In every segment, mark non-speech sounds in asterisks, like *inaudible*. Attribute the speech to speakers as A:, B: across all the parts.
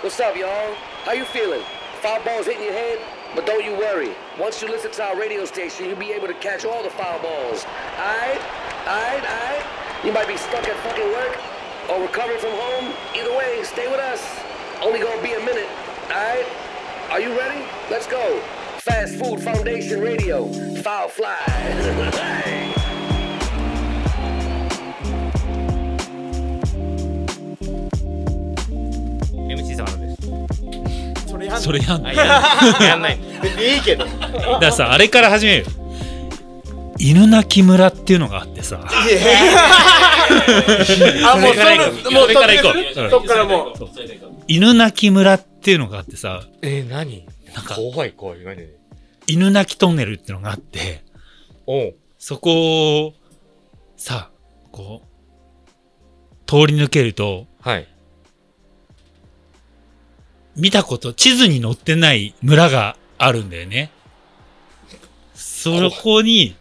A: What's up, y'all? How you feeling? Foul balls hitting your head? But don't you worry. Once you listen to our radio station, you'll be able to catch all the foul balls. Aight? Aight? Aight? You might be stuck at fucking work or recovering from home. Either way, stay with us. Only gonna be a minute. Aight? Are you ready? Let's go. Fast Food Foundation Radio. Foul *laughs* fly.
B: MC さんです
C: それやん
D: それやんだ
B: あいややんない
C: 別にいいけどい
D: からさあれから始める犬鳴村っていうのがあってさ
C: やあもうそ
B: 上から行こ
C: れ
B: う
C: もう
D: 上から行こう
C: そっからもう
D: 犬鳴村っていうのがあってさ
C: えー、何
D: なんか
C: 怖い怖い何
D: 犬鳴トンネルっていうのがあって
C: おう
D: そこをさこう通り抜けると
C: はい
D: 見たこと地図に載ってない村があるんだよねそこに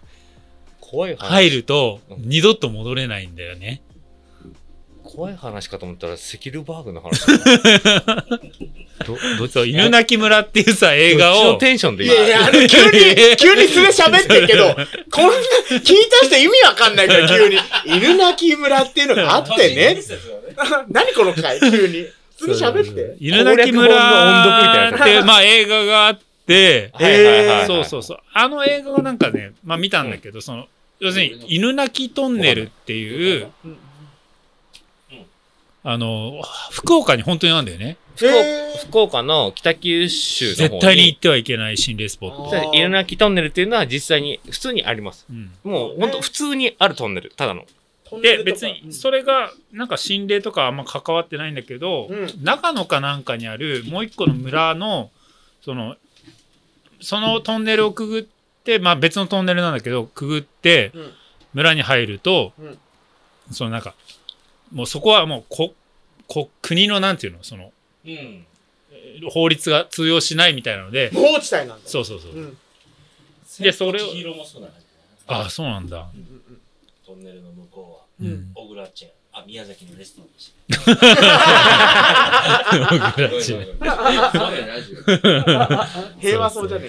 C: 怖い話
D: 入ると
C: うん
D: 二度と戻れないんだよね
C: 怖い話かと思ったらセキルバーグの
D: *laughs*
C: 話どどっ
D: そう犬鳴村っていうさ映画
C: どっち
D: を
C: のテンションで
E: い
C: 今
E: やいや、あれ急に、急に素で喋ってるけど、こんな、聞いた人意味わかんないから、急に。犬鳴村っていうのがあって
B: *laughs*
E: ね。何この回、急に。普通に喋って。
D: 犬鳴
C: 攻
D: 村
C: 略本の音読み
D: った
C: い
D: て、まあ映画があって、
C: はいはいはいはい
D: そうそうそう。あの映画をなんかね、まあ見たんだけど、その、要するに、犬鳴トンネルっていう、あの、福岡に本当にあるんだよね。
C: 福岡
E: へー
C: 福岡の北九州の方
D: 絶対に行ってはいけない心霊スポッ
C: そ
D: ト。
C: うです犬鳴トンネルっていうのは実際に普通にあります。
D: うん
C: もう本当普通にあるトンネル、ただの。
D: で、別に、それが、なんか心霊とかあんま関わってないんだけど、
E: うん
D: 長野かなんかにある、もう一個の村の、その、そのトンネルをくぐって、まあ別のトンネルなんだけど、くぐって
E: うん、
D: 村に入ると、
E: うん
D: そのなんか、もうそこはもうこ、こ、国のなんていうの、その、
B: うん
D: えー法律が通用しないみたいなので、
E: 無法地帯なんだ。
D: そうそうそう。
E: うん。
D: でそれを
B: 黄色もそうな感じだ
D: あ
B: な
D: あ、そうなんだ。
B: トンネルの向こう
D: う
B: は
D: ん。
B: 小倉チェーンあ宮崎のレストランでし
D: 僕ら
B: た
D: ち
E: 平和そうじゃね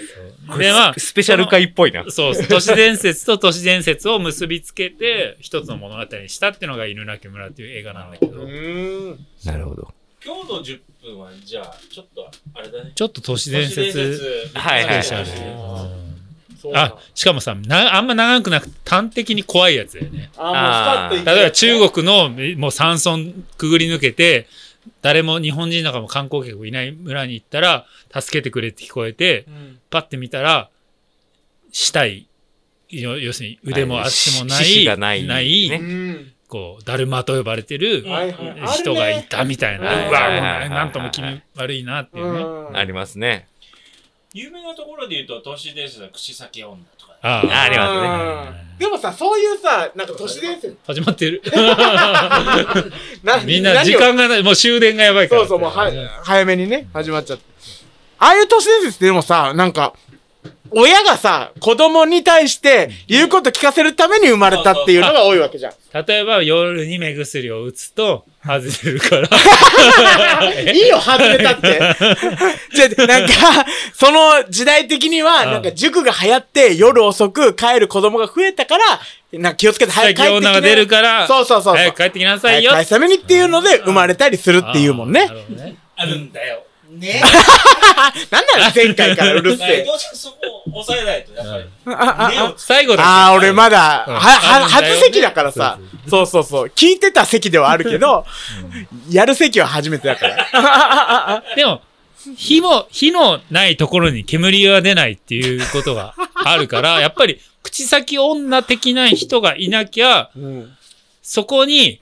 E: え
D: で、まあ、
C: スペシャル会っぽいな。
D: そう、都市伝説と都市伝説を結びつけて、一つの物語にしたっていうのが犬鳴村っていう映画なんだけ
E: か。
D: ど
E: う、ーん。
C: なるほど。
B: 今日の10分はじゃあちょっとあれだね
D: ちょっと都市伝
B: 都市伝
D: 説
C: はいはい
D: スペシャル
E: はいはいそうなん
D: あ
E: だ、
D: しかもさ、なあんま長くなくて端的に怖いやつだよね。
E: あ、もうスパッと行け
D: 例えば中国のもう山村くぐり抜けて、誰も日本人なんかも観光客もいない村に行ったら、助けてくれって聞こえて、
E: うん
D: パッて見たら、死体、よ要するに腕も足もな
C: はい
D: い、
C: 四肢がないね
E: うん。
D: こう、だるまと呼ばれてる、
E: はいはい。
D: 人がいたみたいな、
E: あ
D: う
E: るね
D: わ、
E: はい
C: はいはいはい
D: なんとも気味悪いなっていうね。
E: うん
C: ありますね。
B: 有名なところで言うと都市伝説は串先女とか
D: あ
C: あ
D: あ、
C: りますね
E: うんでもさ、そういうさ、なんか都市伝説、
D: 始ま
E: *laughs*
D: ってる。
E: な
D: みんな時
E: 何を
D: 間がない、もう終電がやばいから。
E: そうそう、もうは早めにね、始まっちゃった。ああいう都市伝説ってでもさ、なんか、親がさ、子供に対して言うこと聞かせるために生まれたっていうのが多いわけじゃん。
D: 例えば夜に目薬を打つと外れるから。 *laughs*
E: いいよ、外れたって。じゃあ、なんか、その時代的には、
D: うん
E: なんか塾が流行って夜遅く帰る子供が増えたから、なんか気をつけて早く帰って
D: 先
E: き
D: 女
E: な
D: が出るから、
E: そうそうそうそう。
D: 早く帰ってきなさ
E: 早
D: い
E: く
D: よ。
E: 返すためにっていうので生まれたりするっていうもん
D: あー
E: ね
D: な。るほどね。
B: あるんだよね
E: なんなの前回から
D: *laughs*
E: うるせえ
B: ど。うしてもそこを抑えないとやっぱり
E: あああ
B: 目を
D: 最後だけ *laughs*
E: ああ、俺まだ、
D: うん
E: は、は、
D: あるんだよね
E: 初席だからさ。そうそうそう。聞いてた席ではあるけど、やる席は初めてだから。
D: *laughs* でも、火も、火のないところに煙は出ないっていうことがある
E: *laughs*
D: から、やっぱり口先女的な人がいなきゃ、
E: うん。
D: そこに、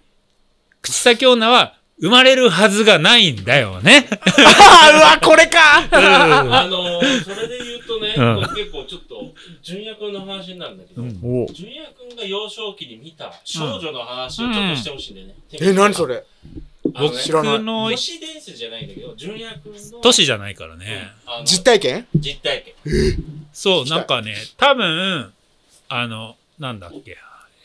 D: 口先女は生まれるはずがないんだよね。
E: *laughs* ああ、うわ、これか
B: あのー、それで言うとね、
D: うん
B: 僕結構ちょっと、純也君の話になるんだけど、
D: うん
E: お
B: 純也君が幼少期に見た少女の話をちょっとしてほしいんだよね。
E: え、何それ
B: あのね
E: 知らない
D: 僕の
B: 都市伝説じゃないんだけど、純也君の
D: 都市じゃないからね。
B: あの
E: 実体験
B: 実体験。
D: そう、
E: 聞きたい
D: なんかね、多分、あの、なんだっけ。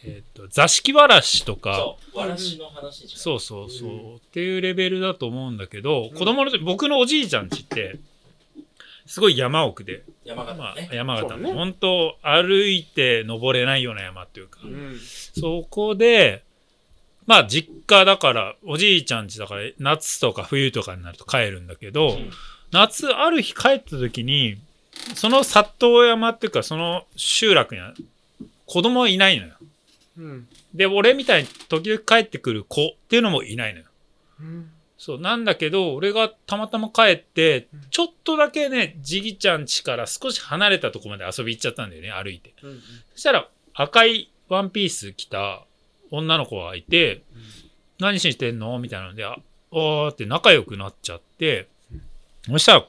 D: えっと、座敷わらしとか、
B: そう、わらしの話じゃん。
D: そうそうそう、っていうレベルだと思うんだけど、子供の時、僕のおじいちゃんちって、すごい山奥で、
B: 山
D: ま
B: 形
D: あ
B: ね。、
D: 山形
E: そう
D: の、
E: ね
D: 本当歩いて登れないような山っていうか、
E: うん。
D: そこで、まあ実家だから、おじいちゃんちだから、夏とか冬とかになると帰るんだけど、
B: うん
D: 夏ある日帰った時に、その里山っていうか、その集落には子供はいないのよ。
E: うん。
D: で、俺みたいに時々帰ってくる子っていうのもいないのよ。
E: うん。
D: そう、なんだけど、俺がたまたま帰って
E: うん、
D: ちょっとだけね、じぎちゃん家から少し離れたとこまで遊び行っちゃったんだよね、歩いて。
E: うん。
D: そしたら、赤いワンピース着た女の子がいて、何してんのみたいなので、あ、おーって仲良くなっちゃって、そしたら、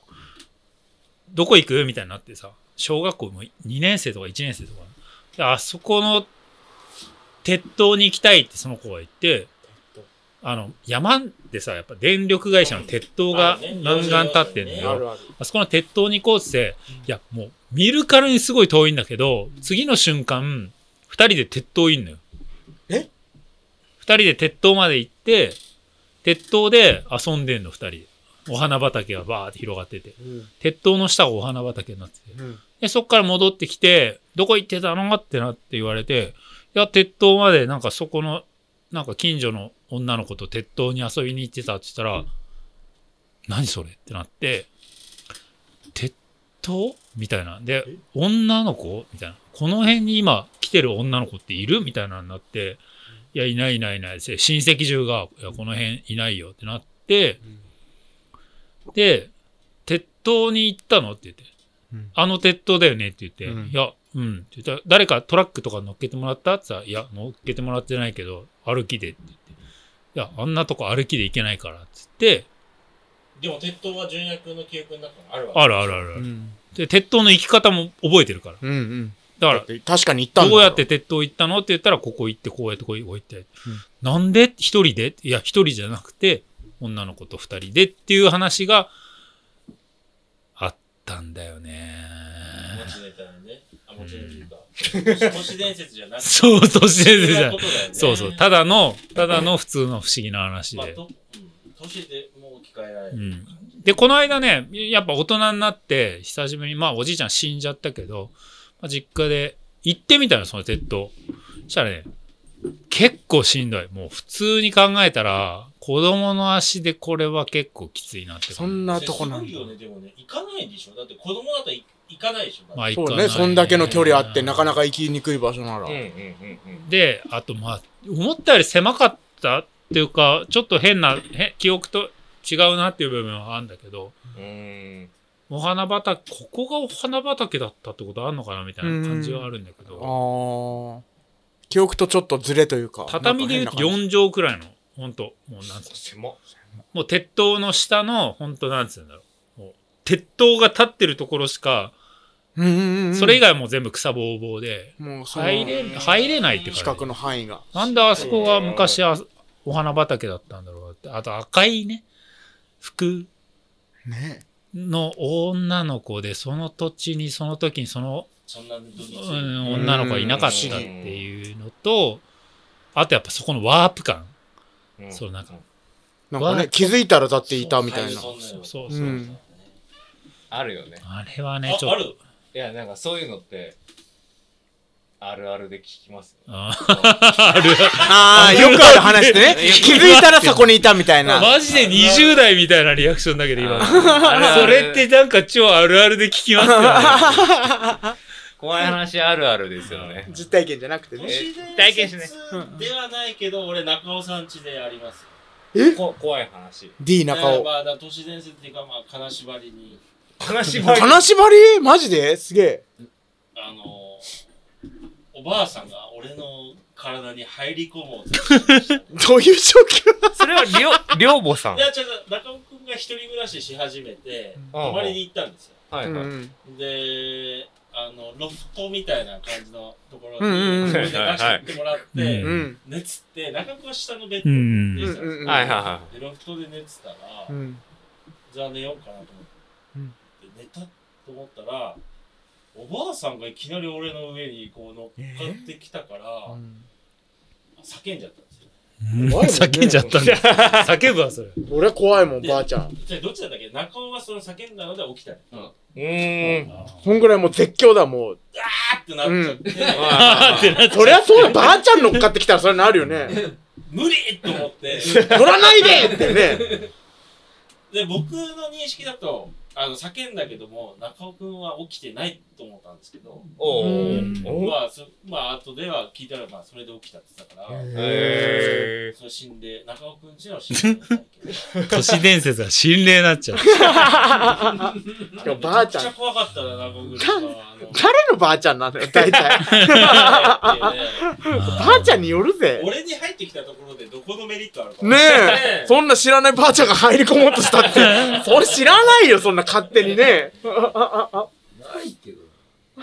D: どこ行くみたいになってさ、小学校も2年生とか1年生とか、であそこの鉄塔に行きたいってその子が言って、あの、山でさ、やっぱ電力会社の鉄塔が南岸立ってんの
B: うん
D: よ。
E: あるある。
D: あそこの鉄塔に行こうっつって、いや、もう、見るからにすごい遠いんだけど、次の瞬間、二人で鉄塔いんのよ。
E: え
D: 二人で鉄塔まで行って、鉄塔で遊んでんの、二人で。お花畑がバーって広がってて。
E: うん。
D: 鉄塔の下がお花畑になってて。
E: うん。
D: で、そっから戻ってきて、どこ行ってたのってなって言われて、いや、鉄塔まで、なんかそこの、なんか近所の女の子と鉄塔に遊びに行ってたって言ったら、何それってなって、鉄塔みたいな。で
E: え、
D: 女の子みたいな。この辺に今来てる女の子っているみたいなのになって、いや、いないいないいない。親戚中が、いや、この辺いないよってなって、で、鉄塔に行ったのって言って、
E: うん
D: あの鉄塔だよねって言って、
E: うん
D: いや、うんって言ったら、誰かトラックとか乗っけてもらったって言ったら、いや、乗っけてもらってないけど、歩きでって言って、いや、あんなとこ歩きで行けないからって言って、
B: でも、鉄塔は純也君の記憶の中にあるわけ。
D: あるあるある。
E: うん。
D: で、鉄塔の行き方も覚えてるから。
E: うん。
D: だから、
E: 確かに行ったんだ。
D: どうやって鉄塔行ったのって言ったら、ここ行って、こうやって、こう行って。なんで一人でいや、一人じゃなくて、女の子と二人でっていう話があったんだよね。
B: 持ちネタのね。あ、持ちネタっていうか。都市伝説じゃなくて。
D: *laughs* そう、都市伝説じゃない。
B: そ
D: そうそう。ただの、ただの普通の不思議な話
B: まあ、
D: で。
B: とうん都市でもう置き換えら
D: う
B: れる。
D: ん。で、この間ね、やっぱ大人になって、久しぶりに、まあおじいちゃん死んじゃったけど、まあ、実家で行ってみたの、その鉄塔。そしたらね、結構しんどい。もう普通に考えたら、子供の足でこれは結構きついなって
E: そ
D: 感じ。
E: んなとこな
B: す
E: ん
B: ごい
E: だ。
B: よね、でもね、行かないでしょ。だって子供だと行行かないでしょ。だって
D: まあ
E: そうね。そんだけの距離あって、なかな
D: か。
E: か行きにくい場所なら
C: うん。うんうんうん。
D: で、あとまあ、思ったより狭かったっていうか、ちょっと変な、へ記憶と違うなっていう部分はあるんだけど、
C: うーん。
D: お花畑、ここがお花畑だったってことあんのかなみたいな感じはあるんだけど、
E: ああ。記憶とちょっとズレというか。
D: 畳で言うと4畳くらいの、ほんと、もうなんつう
C: 狭っ。
D: もう鉄塔の下の、ほんとなんつうんだろう。もう鉄塔が立ってるところしか、
E: 4
D: それ以外はもう全部草ぼうぼうで、
E: もうその
D: 入れ、入れないっていう
E: 四
D: かね、
E: 角の範囲が。
D: なんであそこが昔はお花畑だったんだろうって。あと赤いね、服
E: ね
D: の女の子で、その土地に、その時にその
B: そんなのどについて
D: うん女の子がいなかったっていうのと、あとやっぱそこのワープ感。
C: うん
D: そうなんか。
E: なんか
D: わ
E: ね、
D: あ
E: 気づいたらだっていたみたいな。
B: そうそ
D: そ
B: う
D: うそう
E: う
D: そう。
E: ん。
C: あるよね。
D: あれはね
B: あ、
D: ちょ
B: あ
D: っと。
B: る
C: いや、なんかそういうのって、あるあるで聞きますよ。
D: あ
E: ああ、よくある話でね。 *laughs* 気づいたらそこにいたみたいな。
D: マジで20代みたいなリアクションだけど今の。
C: あ *laughs* るある
D: それってなんか超あるあるで聞きますよね。
C: 怖い話あるあるですよね。
E: 実体験じゃなくて
B: 都
E: ね。
B: 市
C: 体験
B: 伝
C: しね
B: 説ではないけど、俺、中尾さん家でありますよ。
C: こ怖い話。
E: D 中
B: だから
E: 尾。
B: まあだ都市伝説っていうか、まあ、金縛りに、
C: 話ばっかり
E: 金縛りマジですげえ。
B: あのおばあさんが俺の体に入り込もうと。
E: どういう状況
C: それはりょ、りょうぼさん。
B: いや、違う、中尾くんが一人暮らしし始めて、泊まりに行ったんですよ。
C: はいはい。
B: で、あの、ロフトみたいな感じのところ
E: うんうんうん
B: に、それで出してってもらっ
D: はい
B: て
D: は
E: う、ん。
B: 寝つって、中尾くんは下のベッ
D: う
B: ドで
D: ん
B: 寝てたんですよ。
E: うん
C: はいはいは
B: でロフトで寝てたら、
E: うん。
B: じゃあ寝ようかなと思って、
E: うん
B: で寝たと思ったらおばあさんがいきなり俺の上にこう乗っかってきたから、叫んじゃったんですよ。
D: *laughs* うん叫んじゃったんだ。叫ぶわ、それ。
E: 俺怖いもん、ばあちゃん。
B: じゃあどっちだったっけ中尾がその叫んだので起きたの。うん。
C: うーん。
B: あ
E: そんぐらいもう絶叫だ、もう。
B: ーってなっちゃって、
D: あーってなっちゃう
E: そりゃそうだ、ばあちゃん乗っかってきたらそれなるよ *laughs* ね。
B: 無理と思って、
E: 乗らないでってね。
B: で、僕の認識だと、あの、叫んだけども、中尾くんは起きてないと思ったんですけど、
C: お
D: うん
C: ー。
B: まあ、そまあ、後では聞いたら、まあ、それで起きたって言ってたから、
C: へー
B: それ死んで、中尾くんちは死んでないけど。
D: 都市伝説は心霊になっちゃう。
E: しかもばあちゃん
B: めっちゃ怖かったな、中尾くんちは。あの
E: 誰のばあちゃんなんだよ、 *laughs* 大体。ばあちゃんによるぜ。
B: 俺に入ってきたところでどこのメリットあるか
E: ねえ、そんな知らないばあちゃんが入り込もうとしたって。それ知らないよ、そんな勝手にね。
B: ないけど。ま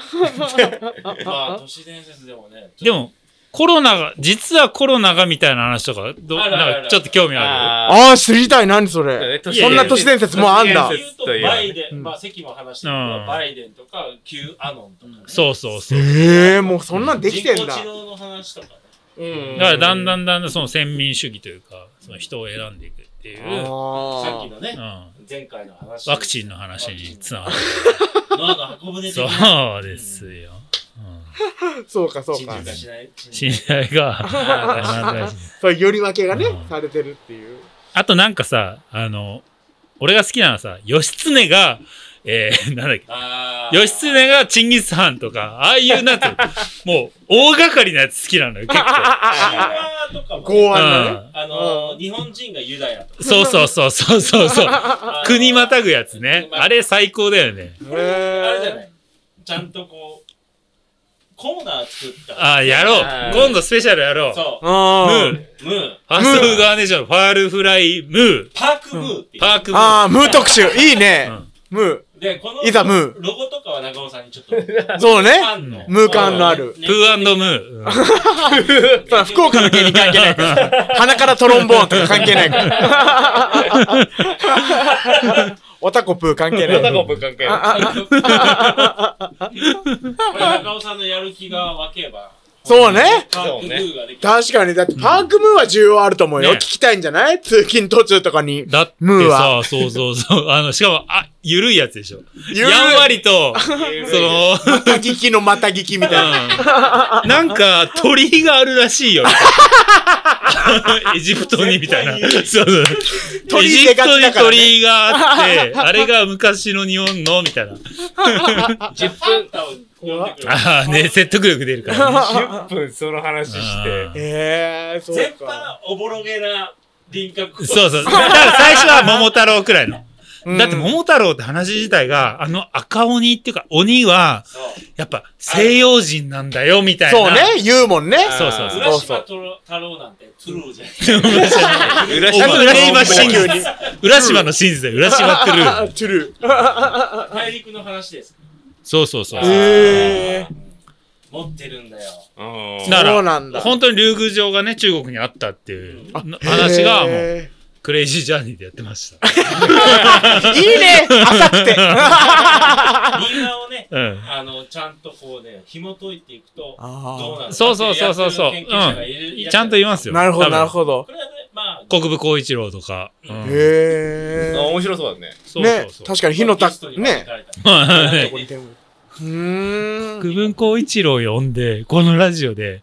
B: あ、都市伝説でもね。
D: でも、コロナが、実はコロナがみたいな話とか、ど
B: あるあるある
D: なんかちょっと興味あ
C: あ
E: ああ、知りたい、何それ。
C: ー
E: そんな都市伝説もあんだ
B: ちょっと言うとバイデ
E: う
B: ン、
E: ん
B: まあ、関も話してるけど
D: うん
B: バイデンとか、Q アノンとかね、
D: る。そうそうそう。
E: ええもうそんなんできてん
B: 人
E: だ
B: 工知。能の話とかね。
E: うん
D: だからだんだんだんだんその先民主義というか、その人を選んでいくっていう、うん、
E: あ
B: さっきのね、
D: ワ
B: 前回の話。
D: クチンの話につながる。
B: ノアの箱舟的な
D: そうですよ。うん
E: あ、そうか、そう
B: 沈
E: か
B: 入。化しない。沈
D: 信
B: 入
D: 頼が、 *laughs*
E: そういうより分けがね
D: う、ん
E: されてるっていう。
D: あとなんかさ、あの、俺が好きなのはさ、義経が、えー、なんだっけ、
B: あー
D: 義経がチンギスハンとか、ああいうなんていうの、もう、大掛かりなやつ好きなのよ、結構。
B: 神
E: ああ、
B: 話とかもね、
E: 剛腕
D: う
E: だね。
D: ん
B: あのー、日本人がユダヤとか。
D: そうそうそうそうそう *laughs* そう。
B: あのー
D: 国またぐやつね。あれ最高だよね。
E: へ
B: あれじゃな
E: え
B: いちゃんとこう、コーナー作った。
D: ああ、やろう
C: はい。
D: 今度スペシャルやろう。
B: そ
D: ム
E: あ
D: ー。
B: う。ムー。
D: ファーストフードアネーション、ファールフライ、ムー、
B: パークムーっていう。
D: パークムー。
E: あー、ムー特集。いいね
D: うん。
E: ムー。
B: で、この、
E: いざムー
B: ロゴとかは中尾さんにちょっと、フ
E: そうね。
B: ァンの。
E: ムー感のある
D: プームー。うん
E: そら
D: *laughs*
E: 福岡の芸人関係ないから。鼻からトロンボーンとか関係ないから。 *laughs* おたこプー関係ない。
C: コプ関係あ
B: これ中尾さんのやる気が湧けば、
E: そうね。
B: パークムーができる。
E: 確かに、だってパークムーは需要あると思うよ。
D: ね
E: 聞きたいんじゃない通勤途中とかに。
D: だって
E: ムー
D: さ
E: は、
D: そうそうそう。あの、しかも、あ、ゆるいやつでしょ。
E: ゆる
D: やんわりと、その、
E: また聞きのまた聞きみたいな。
D: うんなんか、鳥居があるらしい
E: *laughs*
D: よ。みたいなエジプトにみたいな。そうそう。
E: 鳥
D: エ
E: 居
D: ジ
E: で
D: プ
E: か
D: ト
E: ちだ
D: に
E: からね
D: 鳥居があって、あれが昔の日本の、みたいな。
B: じゃあ、パンタを呼んでくる。
D: ああ、ね、説得力出るからね。
C: 10分その話して。
E: ええー、そう
B: 全
E: か。
B: 般おぼろげな輪郭。
D: そうそう。だから最初は桃太郎くらいの。
E: うん
D: だって桃太郎って話自体が、あの赤鬼っていうか鬼は、
B: そう。
D: やっぱ西洋人なんだよ、みたいな。
E: そうね、言うもんね。
D: そうそうそう。
B: 浦島太郎太郎なんて、トゥルーじゃ
C: 浦
B: ん。
D: お前
C: 島
D: 浦島真
E: 急
D: 司
E: に。
D: 浦島の真司だよ。浦島ってる。
E: あトゥルー。
B: 大陸の話です。
D: そうそうそう。
E: えー
B: 持ってるんだよ。
C: うん
D: だか
E: そう
D: ら、
E: なんだ。
D: 本当に竜宮城がね、中国にあったっていう
B: あ
D: 話が、もう、
E: へ
D: クレイジージャーニーでやってました。
E: *laughs* ーいい
D: *laughs*
E: ね浅くて。
B: 民話をね、
D: うん。
B: あの、ちゃんとこうね、紐解いていくと、
E: あー
B: どうなる
D: そうそうそうそうそう。う
B: 研究者がいる
D: ん。ちゃんと言いますよ。
E: なるほ
D: 多
E: ど、
D: 分
E: なるほど。
B: これはね、まあ、
D: 国分光一郎とか。うん
E: へ
C: あ
E: え。
C: 面白そうだね。
D: そうそう
E: ね
D: そ、う。
E: 確かに火のた
B: ゲスト、に招
E: ね。
B: かれ
D: *laughs*
B: た。
D: はい
E: ここに手をうーん。
D: 国分光一郎を呼んで、このラジオで、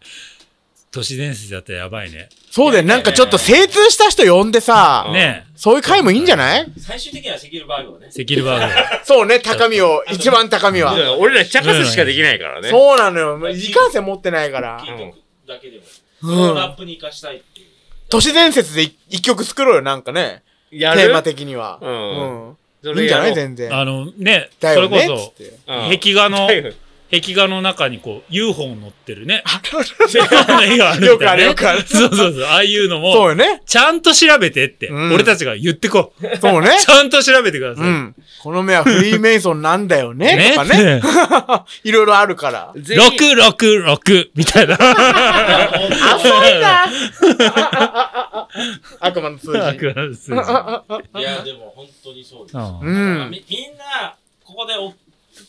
D: 都市伝説だったらやばいね。
E: そうだよ、なんかちょっと精通した人呼んでさ、
D: ね
E: そういう回もいいんじゃない
B: 最終的にはセキュルバーグをね
D: え、、セキルバー
E: *laughs*
D: グ。
E: そうね、高みを、一番高み
C: い
E: は。
C: や俺らチャカスしかできないからね。
E: そうなのよ、いかんせん持ってないから。
B: 聞いとくだけでも、
E: う
B: そのラ
E: ん。
B: ップに活かしたいっていう。
E: 都市伝説で一一曲作ろうよ、なんかね。
C: や
E: テ
C: る
E: ーマ的には。
C: うん
E: う
C: そ
E: ん。いいん
C: れ
E: じゃ
C: やろ
E: ないう全然。
D: あの、ね、そ
E: だ
D: れ
E: よ
D: こ
E: ね。
D: そ、
E: つって
C: うん
D: 壁画の、
C: だよ
D: 壁画の中にこう、UFO 乗ってるね。絵があるみたいなね
E: よくあるよくある
D: そうそうそう。ああいうの
E: そう
D: も、
E: よね。
D: ちゃんと調べてって、
E: うん
D: 俺たちが言ってこう。
E: そ
D: *laughs*
E: うね。
D: ちゃんと調べてください。
E: うん。この目はフリーメイソンなんだよね。とかね。
D: ね。
E: *laughs* いろいろあるから。
C: 全員
D: 666みたいな。
E: 浅い
D: *laughs*
E: な悪魔の数字。
D: 悪魔の数字
B: いや、でも本当にそうです。
D: うん
E: うん。
B: みみんな、ここでお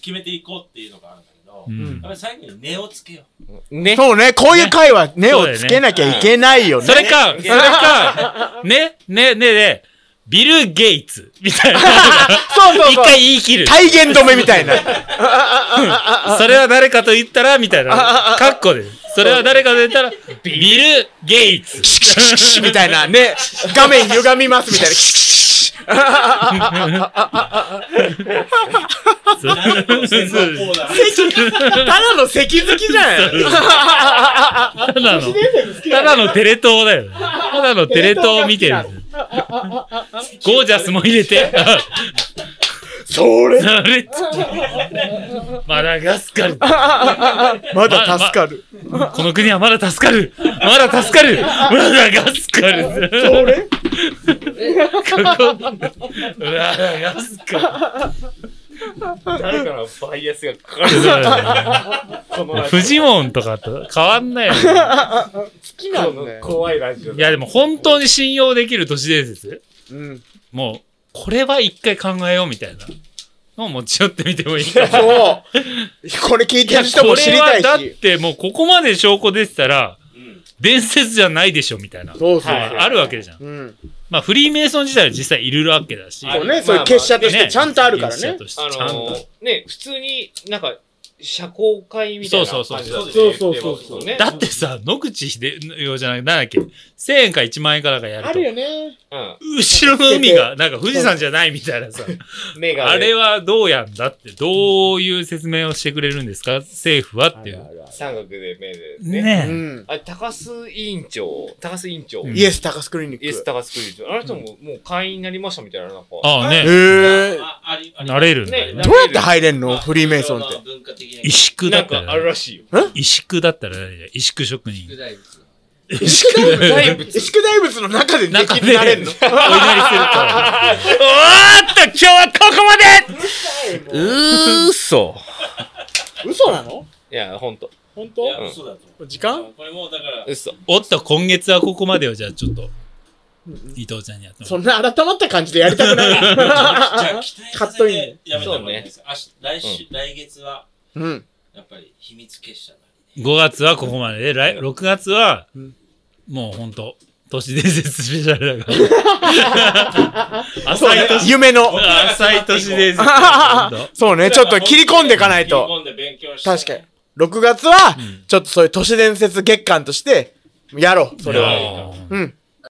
B: 決めていこうっていうのがあるんだけど、
D: う
B: やっ
D: ん
B: ぱり最後に根をつけよ
C: ね。
E: そうね、こういう回は根をつけなきゃいけないよね。
D: それか、それか、ね、ね、ね、ね、ビル・ゲイツみたいな。
E: *laughs* そうそう
D: 一
E: そう。
D: 回言い切る。
E: 体言止めみたいな。 *laughs*
D: それは誰かと言ったらみたいな。カッコで。それは誰かと言ったら、ビル・ゲイ
E: *laughs*
D: ツ。
E: シキシキシキみたいな。ね、画面歪みますみたいな。シキシキシキ
D: そう
B: う。この
E: *laughs*
B: 戦争コーナー
E: ただの石好きじゃん。
D: ただの、ただのテレ東だよ。ただのテレ東を見てる。ゴージャスも入れ
E: *laughs*
D: て。
E: それ。
D: あれマダガスカル。こ
E: まだ助かる。
D: の国はまだ助かる。まだ助かる。マダガスカル。
E: それ
D: ここ、うわガスか。
C: 誰かのバイアスがかかこ
E: *laughs*
C: の
D: フジモンとかと変わんないよね、
E: 好きなんだよ。
C: 怖いラジオ
D: いや、でも本当に信用できる都市伝説
E: うん。
D: もう、これは一回考えようみたいなのを持ち寄ってみてもいいかも。
E: *laughs* そう。これ聞いてる人も
D: こ
E: 知り
D: れ
E: た
D: はいだっ
E: し。
D: てもうここまで証拠出てたら、
B: うん
D: 伝説じゃないでしょみたいな。
E: そうそう。
D: あるわけじゃん。
E: うん。
D: まあ、フリーメイソン自体は実際いるわけだし。
E: そうね、そういう結社としてちゃんとあるから
D: 原始者
E: ね。
D: として
C: あ
D: ちゃんと
C: のー、ね、普通になんか、社交界みたいな
D: そう
C: 感じ
D: そうそう
C: だった
E: そう
C: って言ってますよね
D: だってさ、野口秀夫じゃなくて、なんだっけ、1000円か1万円かなんかや
E: あ
D: ると
E: る、よね。
C: うん
D: 後ろの海が、なんか富士山じゃないみたいなさ、
C: 目がね。
D: あれはどうやんだって、どういう説明をしてくれるんですか、政府はっていう。
C: 三角で目でね。
E: う
D: ね
E: ん。
C: あれ、高須委員長、高須委員長。
D: うん
E: イエス・タカスクリニッ
C: イエス
E: ク。
C: 高須委員長。あの人ももう会員になりましたみたいな、なんか。
D: ああ
E: へ
D: ね、
E: え。
B: あありあり
D: なれるんだよね
C: ね。
E: どうやって入れんのフリーメイソンって。
B: 文化的な
D: 石工だ
C: なん
D: った
C: からあるらしいよ。
D: 石工だったら何だよ石工職人。お
B: 宿
D: 祈
B: 題
E: 宿題
B: 物
E: 物 *laughs* 宿題物の中でできるなれんの
D: りすると。おーっと、今日はここまでうーそ。
E: 嘘なの
C: いや、ほんと。
E: 本
B: いや
E: 当
B: 嘘だと思
E: 時間
B: うこれもうだから
C: 嘘。
D: おっと、今月はここまでを、じゃあちょっと、伊藤ちゃんにやってもらって
E: そんな改まった感じでやりたくな
B: じ
E: い
B: ゃあ期待させてやめた方がいいですか。明日来週、
C: う
B: 来月は
E: *laughs* うん。
B: やっぱり秘密結社なり
D: 5月はここまでで、来6月は
E: うん、
D: もうほんと、都市伝説スペシャルだ
E: *laughs*
D: から。浅い都市、
E: 夢の。
D: 浅い都市伝説。ほんと
E: そうね、ちょっと切り込んでいかない
B: 切り
E: と。
B: 込んで勉強して
E: 確かに。6月は、ちょっとそういう都市伝説月間として、やろう、それ
B: い
E: は。
B: や
E: うん。